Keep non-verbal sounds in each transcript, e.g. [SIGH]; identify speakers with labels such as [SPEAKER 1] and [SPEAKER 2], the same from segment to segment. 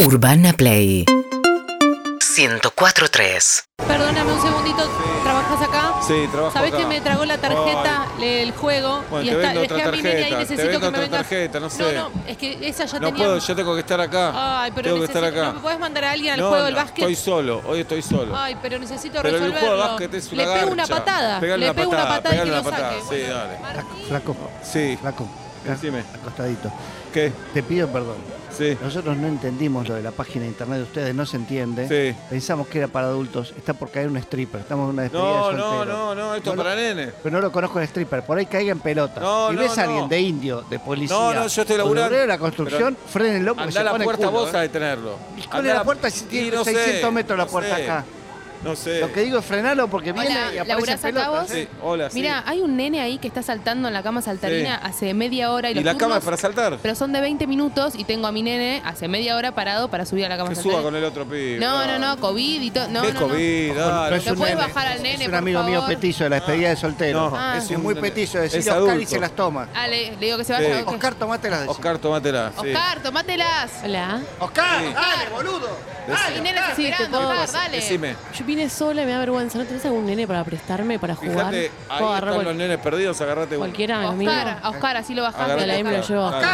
[SPEAKER 1] Urbana Play 104.3
[SPEAKER 2] Perdóname un segundito, ¿trabajas acá?
[SPEAKER 3] Sí, trabajo
[SPEAKER 2] ¿Sabes
[SPEAKER 3] acá.
[SPEAKER 2] que me tragó la tarjeta el juego?
[SPEAKER 3] Bueno,
[SPEAKER 2] y
[SPEAKER 3] te
[SPEAKER 2] está,
[SPEAKER 3] vendo
[SPEAKER 2] dejé
[SPEAKER 3] otra
[SPEAKER 2] a mi nena y
[SPEAKER 3] tarjeta, te
[SPEAKER 2] necesito
[SPEAKER 3] vendo
[SPEAKER 2] que me
[SPEAKER 3] otra
[SPEAKER 2] vengas.
[SPEAKER 3] tarjeta, no sé.
[SPEAKER 2] No, no, es que esa ya
[SPEAKER 3] No
[SPEAKER 2] tenía.
[SPEAKER 3] puedo, yo tengo que estar acá.
[SPEAKER 2] Ay, pero
[SPEAKER 3] tengo que
[SPEAKER 2] necesito,
[SPEAKER 3] estar acá.
[SPEAKER 2] ¿no me podés mandar a alguien al
[SPEAKER 3] No,
[SPEAKER 2] juego
[SPEAKER 3] no,
[SPEAKER 2] del básquet?
[SPEAKER 3] Estoy solo, hoy estoy solo.
[SPEAKER 2] Ay, pero necesito
[SPEAKER 3] Pero el
[SPEAKER 2] resolverlo.
[SPEAKER 3] juego de básquet es una
[SPEAKER 2] Le pego una
[SPEAKER 3] garcha.
[SPEAKER 2] patada.
[SPEAKER 3] Pegale
[SPEAKER 2] Le
[SPEAKER 3] una
[SPEAKER 2] pego una
[SPEAKER 3] patada,
[SPEAKER 2] patada y que lo
[SPEAKER 3] pegale una patada.
[SPEAKER 2] saque.
[SPEAKER 3] Sí, dale.
[SPEAKER 2] Martín.
[SPEAKER 4] Flaco,
[SPEAKER 3] Sí,
[SPEAKER 4] flaco,
[SPEAKER 3] Decime.
[SPEAKER 4] acostadito.
[SPEAKER 3] ¿qué?
[SPEAKER 4] Te pido perdón.
[SPEAKER 3] Sí.
[SPEAKER 4] Nosotros no entendimos lo de la página de internet de ustedes, no se entiende.
[SPEAKER 3] Sí.
[SPEAKER 4] Pensamos que era para adultos. Está por caer un stripper. Estamos en una despedida
[SPEAKER 3] No,
[SPEAKER 4] de
[SPEAKER 3] no,
[SPEAKER 4] soltero.
[SPEAKER 3] no, no, esto es
[SPEAKER 4] No,
[SPEAKER 3] para nene.
[SPEAKER 4] Pero no lo conozco el stripper. Por ahí caiga en pelota.
[SPEAKER 3] No,
[SPEAKER 4] si
[SPEAKER 3] no,
[SPEAKER 4] ves
[SPEAKER 3] no.
[SPEAKER 4] a alguien de indio, de policía,
[SPEAKER 3] No, no, yo estoy
[SPEAKER 4] o de
[SPEAKER 3] laburando.
[SPEAKER 4] obrero de la construcción,
[SPEAKER 3] Pero
[SPEAKER 4] frénenlo porque
[SPEAKER 3] Andá a
[SPEAKER 4] se
[SPEAKER 3] la
[SPEAKER 4] pone
[SPEAKER 3] puerta
[SPEAKER 4] culo,
[SPEAKER 3] vos
[SPEAKER 4] ¿eh?
[SPEAKER 3] a detenerlo.
[SPEAKER 4] ¿Y cuál
[SPEAKER 3] Andá
[SPEAKER 4] es
[SPEAKER 3] a
[SPEAKER 4] la puerta si tiene
[SPEAKER 3] y no sé,
[SPEAKER 4] 600 metros la
[SPEAKER 3] no
[SPEAKER 4] puerta
[SPEAKER 3] sé,
[SPEAKER 4] acá?
[SPEAKER 3] No sé.
[SPEAKER 4] Lo que digo es frenarlo porque viene y aparece en
[SPEAKER 5] ¿laburás acá
[SPEAKER 4] pelotas,
[SPEAKER 5] vos?
[SPEAKER 4] ¿eh?
[SPEAKER 3] Sí, hola, sí.
[SPEAKER 5] Mira, hay un nene ahí que está saltando en la cama saltarina
[SPEAKER 3] Sí.
[SPEAKER 5] hace media hora y,
[SPEAKER 3] ¿Y
[SPEAKER 5] los
[SPEAKER 3] la
[SPEAKER 5] turnos-
[SPEAKER 3] cama es para saltar?
[SPEAKER 5] Pero son de 20 minutos y tengo a mi nene hace media hora parado para subir a la cama
[SPEAKER 3] Que suba
[SPEAKER 5] saltarina.
[SPEAKER 3] con el otro pibe.
[SPEAKER 5] No, no, no, COVID y todo. No,
[SPEAKER 3] ¿Qué
[SPEAKER 5] no, no.
[SPEAKER 3] COVID? Dale.
[SPEAKER 4] Pero es
[SPEAKER 5] ¿Lo
[SPEAKER 4] un
[SPEAKER 5] puedes
[SPEAKER 4] nene.
[SPEAKER 5] bajar al nene,
[SPEAKER 4] Es un
[SPEAKER 5] por
[SPEAKER 4] amigo mío
[SPEAKER 5] favor?
[SPEAKER 4] petizo de la despedida de soltero.
[SPEAKER 3] No,
[SPEAKER 5] Ah.
[SPEAKER 4] es, muy
[SPEAKER 3] un-
[SPEAKER 4] petizo decirle
[SPEAKER 3] es
[SPEAKER 4] a Oscar y
[SPEAKER 3] adulto.
[SPEAKER 4] se las toma.
[SPEAKER 5] Ah, le, le digo que se vaya.
[SPEAKER 3] Sí.
[SPEAKER 5] ¿o qué?
[SPEAKER 4] Oscar, tomátelas de
[SPEAKER 3] Oscar, tomátela. sí.
[SPEAKER 5] Oscar, tomátelas. Hola.
[SPEAKER 4] Oscar,
[SPEAKER 3] Sí.
[SPEAKER 4] dale, boludo.
[SPEAKER 2] Ah,
[SPEAKER 5] Mi nene está
[SPEAKER 6] Sí, te
[SPEAKER 5] esperando,
[SPEAKER 6] puedo-
[SPEAKER 5] Oscar, dale.
[SPEAKER 3] Decime.
[SPEAKER 6] Yo vine sola y me da vergüenza. ¿No tenés algún nene para prestarme, para jugar?
[SPEAKER 3] Fíjate, ahí
[SPEAKER 6] Puedo
[SPEAKER 3] están
[SPEAKER 6] agarrar cual-
[SPEAKER 3] los nenes perdidos, agarrate uno.
[SPEAKER 6] cualquiera, me lo miro.
[SPEAKER 5] Oscar, a Oscar, así lo bajás.
[SPEAKER 3] Agarrate
[SPEAKER 6] la M lo
[SPEAKER 3] Oscar,
[SPEAKER 6] llevo.
[SPEAKER 3] dale.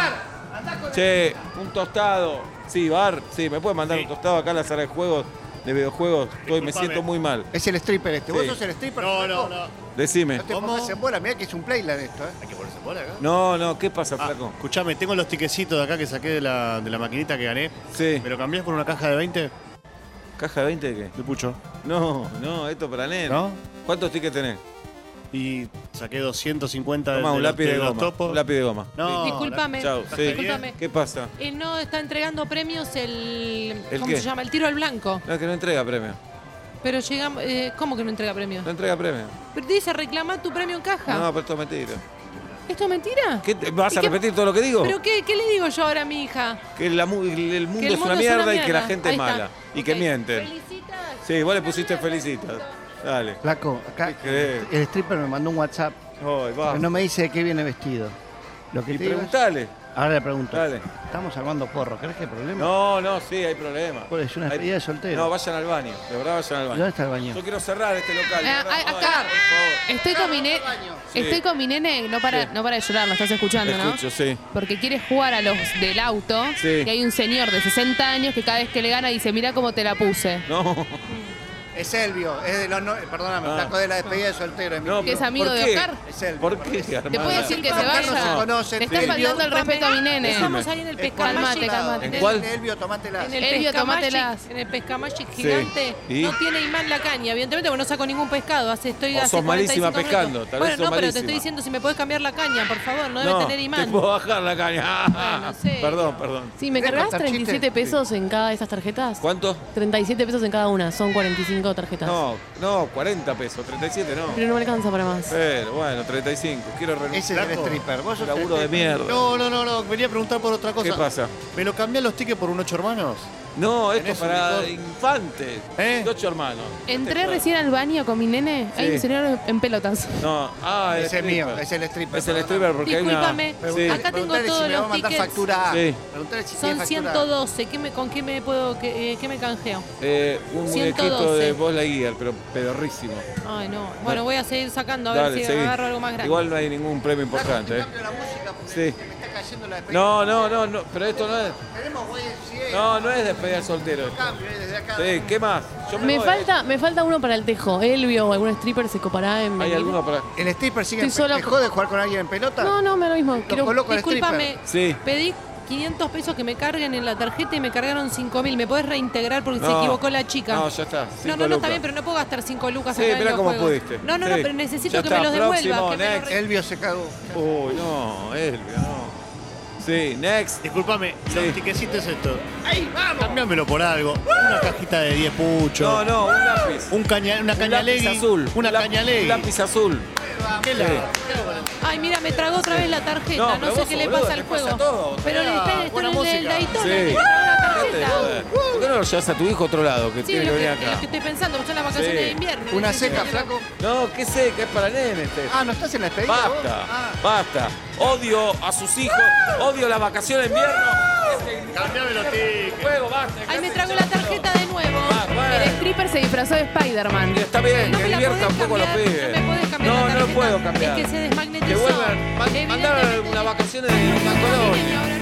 [SPEAKER 3] Che, un tostado. Sí, Bar, sí, me puedes mandar un tostado acá a la sala de juegos, de videojuegos. Estoy, me
[SPEAKER 7] Disculpame.
[SPEAKER 3] siento muy mal.
[SPEAKER 4] Es el stripper este. ¿Vos
[SPEAKER 3] Sí.
[SPEAKER 4] sos el stripper?
[SPEAKER 7] No,
[SPEAKER 4] flaco?
[SPEAKER 7] no, no.
[SPEAKER 3] Decime.
[SPEAKER 4] No te
[SPEAKER 7] ¿Cómo?
[SPEAKER 4] pongas en bola, mirá que es un playland esto, ¿eh?
[SPEAKER 7] Hay que ponerse bola acá.
[SPEAKER 3] No, no, ¿qué pasa,
[SPEAKER 7] Ah,
[SPEAKER 3] flaco?
[SPEAKER 7] escuchame, tengo los tiquecitos de acá que saqué de la, de la maquinita que gané.
[SPEAKER 3] Sí.
[SPEAKER 7] ¿Me lo cambiás por una caja de 20?
[SPEAKER 3] ¿Caja de 20 de qué?
[SPEAKER 7] De pucho.
[SPEAKER 3] No, no, esto para nene.
[SPEAKER 7] ¿No?
[SPEAKER 3] ¿Cuántos tickets tenés?
[SPEAKER 7] Y saqué 250 de,
[SPEAKER 3] Toma,
[SPEAKER 7] de
[SPEAKER 3] un
[SPEAKER 7] los-
[SPEAKER 3] lápiz
[SPEAKER 7] de
[SPEAKER 3] de
[SPEAKER 7] los
[SPEAKER 3] goma.
[SPEAKER 7] topos.
[SPEAKER 3] Un lápiz de goma.
[SPEAKER 7] No,
[SPEAKER 2] Disculpame.
[SPEAKER 3] Chao, sí.
[SPEAKER 2] Disculpame.
[SPEAKER 3] ¿Qué pasa?
[SPEAKER 2] Eh, no está entregando premios el.
[SPEAKER 3] ¿El
[SPEAKER 2] ¿Cómo
[SPEAKER 3] qué?
[SPEAKER 2] se llama? El tiro al blanco.
[SPEAKER 3] No, que no entrega premio.
[SPEAKER 2] Pero llegamos. eh, ¿Cómo que no entrega premios?
[SPEAKER 3] No entrega premio.
[SPEAKER 2] Pero dice reclamar tu premio en caja.
[SPEAKER 3] No, pero esto es mentira.
[SPEAKER 2] ¿Esto es mentira?
[SPEAKER 3] Ah. ¿Qué te- ¿Vas a
[SPEAKER 2] ¿Y qué-
[SPEAKER 3] repetir todo lo que digo?
[SPEAKER 2] ¿Pero qué, qué le digo yo ahora a mi hija?
[SPEAKER 3] Que la mu- el, el mundo,
[SPEAKER 2] Que el
[SPEAKER 3] es una mierda, y que la gente
[SPEAKER 2] Ahí
[SPEAKER 3] es
[SPEAKER 2] está.
[SPEAKER 3] mala. Y que
[SPEAKER 2] Ok.
[SPEAKER 3] mienten.
[SPEAKER 2] Felicitas.
[SPEAKER 3] Sí, vos le pusiste felicitas. Dale.
[SPEAKER 4] Flaco, acá
[SPEAKER 3] ¿Qué crees?
[SPEAKER 4] el stripper me mandó un WhatsApp,
[SPEAKER 3] Ay, va.
[SPEAKER 4] pero no me dice de qué viene vestido. Lo que
[SPEAKER 3] Y
[SPEAKER 4] te digo es-
[SPEAKER 3] preguntale.
[SPEAKER 4] Ahora le pregunto.
[SPEAKER 3] Dale.
[SPEAKER 4] Estamos armando porro, ¿crees que hay problema?
[SPEAKER 3] No, no, sí, hay problema.
[SPEAKER 4] Por eso, una
[SPEAKER 3] Hay-
[SPEAKER 4] despedida de soltero.
[SPEAKER 3] No, vayan al baño. De verdad, vayan al
[SPEAKER 4] ¿Y
[SPEAKER 3] baño.
[SPEAKER 4] ¿Dónde está el baño?
[SPEAKER 3] Yo quiero cerrar este
[SPEAKER 2] Eh,
[SPEAKER 3] local.
[SPEAKER 5] Ah,
[SPEAKER 3] Cerrar,
[SPEAKER 5] ay,
[SPEAKER 3] no,
[SPEAKER 5] acá.
[SPEAKER 3] por
[SPEAKER 5] Estoy con, mi nene,
[SPEAKER 3] Sí.
[SPEAKER 5] estoy con mi nene, no para,
[SPEAKER 3] Sí.
[SPEAKER 5] no para de llorar, lo estás
[SPEAKER 2] Ah.
[SPEAKER 5] escuchando,
[SPEAKER 3] favor.
[SPEAKER 5] ¿no?
[SPEAKER 3] Escucho, sí.
[SPEAKER 5] Porque quiere jugar a los del auto
[SPEAKER 3] Sí.
[SPEAKER 5] y hay un señor de 60 años que cada vez que le gana dice, mira cómo te la puse.
[SPEAKER 3] No, [LAUGHS]
[SPEAKER 4] Es Elvio, es de los no- eh, perdóname,
[SPEAKER 3] Ah.
[SPEAKER 4] flaco de la despedida de soltero. es mi
[SPEAKER 3] no.
[SPEAKER 4] tío.
[SPEAKER 5] ¿Que es amigo
[SPEAKER 3] ¿por
[SPEAKER 5] de
[SPEAKER 3] qué?
[SPEAKER 5] Oscar?
[SPEAKER 4] Es Elvio.
[SPEAKER 3] ¿Por
[SPEAKER 4] perdón.
[SPEAKER 3] qué,
[SPEAKER 5] ¿Te puedo
[SPEAKER 3] hermana?
[SPEAKER 5] decir que se
[SPEAKER 4] Porque no se
[SPEAKER 5] vaya?
[SPEAKER 4] conocen.
[SPEAKER 5] Le estás
[SPEAKER 4] Elvio,
[SPEAKER 5] faltando el respeto a mi nene.
[SPEAKER 2] Estamos ahí en el
[SPEAKER 4] Es
[SPEAKER 2] pescamagic.
[SPEAKER 5] Calmate, calmate.
[SPEAKER 3] ¿En cuál?
[SPEAKER 4] el Elvio, tomátela.
[SPEAKER 2] En el
[SPEAKER 5] Elvio,
[SPEAKER 2] pescamagic,
[SPEAKER 5] tomátelas.
[SPEAKER 2] en el pescamagic gigante.
[SPEAKER 3] ¿Y?
[SPEAKER 2] No tiene imán la caña, evidentemente, porque no saco ningún pescado. Hace, estoy
[SPEAKER 3] O
[SPEAKER 2] hace
[SPEAKER 3] sos malísima
[SPEAKER 2] 45
[SPEAKER 3] pescando,
[SPEAKER 2] minutos.
[SPEAKER 3] tal vez
[SPEAKER 2] bueno,
[SPEAKER 3] sos
[SPEAKER 2] no, pero te
[SPEAKER 3] malísima.
[SPEAKER 2] estoy diciendo si me puedes cambiar la caña, por favor. No, debe tener imán.
[SPEAKER 3] Te puedo bajar la caña.
[SPEAKER 2] Bueno, sí.
[SPEAKER 3] [LAUGHS] Perdón, perdón.
[SPEAKER 6] Sí, ¿me
[SPEAKER 4] ¿Querés
[SPEAKER 6] cargas
[SPEAKER 4] contar
[SPEAKER 6] 37
[SPEAKER 4] chistes?
[SPEAKER 6] pesos en cada de esas tarjetas?
[SPEAKER 3] ¿Cuánto?
[SPEAKER 6] 37 pesos en cada una. Son 45 tarjetas.
[SPEAKER 3] No, no, 40 pesos, 37 no.
[SPEAKER 6] Pero no me alcanza para más.
[SPEAKER 3] Pero bueno, 35. Quiero
[SPEAKER 4] Ese
[SPEAKER 3] renunciar.
[SPEAKER 4] es el stripper. Vos sos el
[SPEAKER 3] Laburo de
[SPEAKER 4] stripper.
[SPEAKER 3] mierda.
[SPEAKER 7] No, no, no, no. Venía a preguntar por otra cosa.
[SPEAKER 3] ¿Qué pasa?
[SPEAKER 7] ¿Me lo cambiás los tickets por un ocho hermanos?
[SPEAKER 3] No, esto es
[SPEAKER 7] ¿Tenés
[SPEAKER 3] para
[SPEAKER 7] un licor?
[SPEAKER 3] infantes.
[SPEAKER 7] ¿Eh?
[SPEAKER 3] De ocho hermanos.
[SPEAKER 5] Entré recién al baño con mi nene, hay
[SPEAKER 3] Sí.
[SPEAKER 5] un señor en pelotas.
[SPEAKER 3] No, ah, el
[SPEAKER 4] Ese es
[SPEAKER 3] stripper.
[SPEAKER 4] mío, es el stripper.
[SPEAKER 3] Es el stripper porque hay una.
[SPEAKER 2] Discúlpame,
[SPEAKER 3] Sí.
[SPEAKER 4] Preguntale-
[SPEAKER 2] acá tengo
[SPEAKER 4] preguntale si
[SPEAKER 2] todos
[SPEAKER 4] me va a
[SPEAKER 2] los
[SPEAKER 4] mandar
[SPEAKER 2] tickets.
[SPEAKER 4] factura.
[SPEAKER 3] Sí.
[SPEAKER 4] Preguntale si
[SPEAKER 2] Son
[SPEAKER 4] tiene factura.
[SPEAKER 2] 112. ¿Qué me, ¿Con qué me puedo que- eh, qué me canjeo?
[SPEAKER 3] Eh, un
[SPEAKER 2] 112.
[SPEAKER 3] muñequito de Buzz Lightyear, pero pedorrísimo.
[SPEAKER 2] Ay, no. Bueno, voy a seguir sacando a ver
[SPEAKER 3] Dale,
[SPEAKER 2] si
[SPEAKER 3] seguí.
[SPEAKER 2] agarro algo más grande.
[SPEAKER 3] Igual no hay ningún premio
[SPEAKER 4] Flaco,
[SPEAKER 3] importante.
[SPEAKER 4] te
[SPEAKER 3] ¿eh?
[SPEAKER 4] cambio la música porque
[SPEAKER 3] Sí.
[SPEAKER 4] me está cayendo la despedida.
[SPEAKER 3] No, no, no, no, pero esto no es.
[SPEAKER 4] Tenemos güeyes ciegos.
[SPEAKER 3] No, no es despedida de soltero.
[SPEAKER 4] Cambio, eh, desde acá.
[SPEAKER 3] Sí, ¿qué más? Yo
[SPEAKER 6] Me
[SPEAKER 3] voy.
[SPEAKER 6] falta, me falta uno para el tejo. Elvio o algún stripper se copará en
[SPEAKER 3] ¿Hay
[SPEAKER 6] venir?
[SPEAKER 3] alguno para.?
[SPEAKER 4] ¿El stripper sigue
[SPEAKER 6] Estoy sola-
[SPEAKER 4] dejó de jugar con alguien en pelota?
[SPEAKER 6] No, no, me da lo mismo.
[SPEAKER 4] Lo
[SPEAKER 6] Quiero-
[SPEAKER 4] coloco al
[SPEAKER 2] Discúlpame,
[SPEAKER 4] stripper.
[SPEAKER 3] Sí.
[SPEAKER 2] pedí 500 pesos que me carguen en la tarjeta y me cargaron 5.000. ¿Me podés reintegrar porque se
[SPEAKER 3] No.
[SPEAKER 2] equivocó la chica?
[SPEAKER 3] No, ya está.
[SPEAKER 2] No,
[SPEAKER 3] cinco
[SPEAKER 2] no, no,
[SPEAKER 3] lucas.
[SPEAKER 2] está bien, pero no puedo gastar 5 lucas
[SPEAKER 3] Sí,
[SPEAKER 2] acá en
[SPEAKER 3] mirá
[SPEAKER 2] los
[SPEAKER 3] cómo
[SPEAKER 2] juegos.
[SPEAKER 3] pudiste.
[SPEAKER 2] No, no,
[SPEAKER 3] Sí.
[SPEAKER 2] no, pero necesito
[SPEAKER 3] Ya
[SPEAKER 2] que me
[SPEAKER 3] está,
[SPEAKER 2] los devuelva.
[SPEAKER 3] próximo,
[SPEAKER 2] que me los
[SPEAKER 3] next.
[SPEAKER 2] re-
[SPEAKER 4] Elvio se cagó.
[SPEAKER 3] Uy, no, Elvio, no. Sí, next.
[SPEAKER 7] Disculpame,
[SPEAKER 3] Sí.
[SPEAKER 7] los tiquecitos estos. ¡Ahí vamos! ¡Ah! Cámbiamelo por algo. Una cajita de 10 puchos.
[SPEAKER 3] No, no, un lápiz.
[SPEAKER 7] Un caña, una
[SPEAKER 3] Un lápiz
[SPEAKER 7] cañalegui.
[SPEAKER 3] azul.
[SPEAKER 7] Una
[SPEAKER 3] Un lápiz-
[SPEAKER 7] cañalegui.
[SPEAKER 3] Un lápiz azul.
[SPEAKER 7] ¿Qué la-
[SPEAKER 2] Ay, mira, me tragó otra vez la tarjeta.
[SPEAKER 3] No,
[SPEAKER 2] No,
[SPEAKER 3] pero
[SPEAKER 2] sé
[SPEAKER 3] vos
[SPEAKER 2] qué
[SPEAKER 3] sos
[SPEAKER 2] le
[SPEAKER 3] boludo,
[SPEAKER 2] pasa al
[SPEAKER 3] te pasa
[SPEAKER 2] juego.
[SPEAKER 3] todo,
[SPEAKER 2] pero
[SPEAKER 7] mirá,
[SPEAKER 2] está
[SPEAKER 7] buena
[SPEAKER 2] en el
[SPEAKER 7] música.
[SPEAKER 2] Daytona,
[SPEAKER 3] Sí. Este,
[SPEAKER 2] que me tragó la
[SPEAKER 3] Dejate de joder.
[SPEAKER 2] tarjeta.
[SPEAKER 3] Eh, ¿Por qué no lo llevas a tu hijo a otro lado? Que
[SPEAKER 2] Sí,
[SPEAKER 3] tiene
[SPEAKER 2] es lo
[SPEAKER 3] que
[SPEAKER 2] que,
[SPEAKER 3] venir
[SPEAKER 2] es lo
[SPEAKER 3] acá.
[SPEAKER 2] que estoy pensando, porque son las vacaciones
[SPEAKER 3] este, Sí.
[SPEAKER 2] de invierno.
[SPEAKER 4] Una
[SPEAKER 2] necesito
[SPEAKER 4] seca,
[SPEAKER 2] que lo-
[SPEAKER 4] flaco.
[SPEAKER 3] No, que sé, que es para nene este.
[SPEAKER 4] Ah, ¿no estás en la despedida? vos?
[SPEAKER 3] Basta,
[SPEAKER 4] Ah.
[SPEAKER 2] Ah.
[SPEAKER 3] basta. Odio a sus hijos, odio las vacaciones de invierno. Este
[SPEAKER 7] Cambiame los tickets.
[SPEAKER 3] Juego, basta.
[SPEAKER 2] Ay, me trago la tarjeta de nuevo.
[SPEAKER 3] Ah,
[SPEAKER 5] El
[SPEAKER 3] bueno.
[SPEAKER 5] stripper se disfrazó de Spider-Man.
[SPEAKER 3] Y Está bien,
[SPEAKER 2] No
[SPEAKER 3] que
[SPEAKER 2] me la
[SPEAKER 3] divierta un
[SPEAKER 2] podés
[SPEAKER 3] poco a los
[SPEAKER 2] cambiar,
[SPEAKER 3] pibes.
[SPEAKER 2] No me podés cambiar
[SPEAKER 3] No,
[SPEAKER 2] la
[SPEAKER 3] no lo
[SPEAKER 2] tarjeta.
[SPEAKER 3] puedo cambiar.
[SPEAKER 2] Es que se desmagnetizó.
[SPEAKER 3] Que vuelvan, man- mandaron
[SPEAKER 2] Evidentemente
[SPEAKER 3] unas
[SPEAKER 2] no-
[SPEAKER 3] vacaciones en la colonia.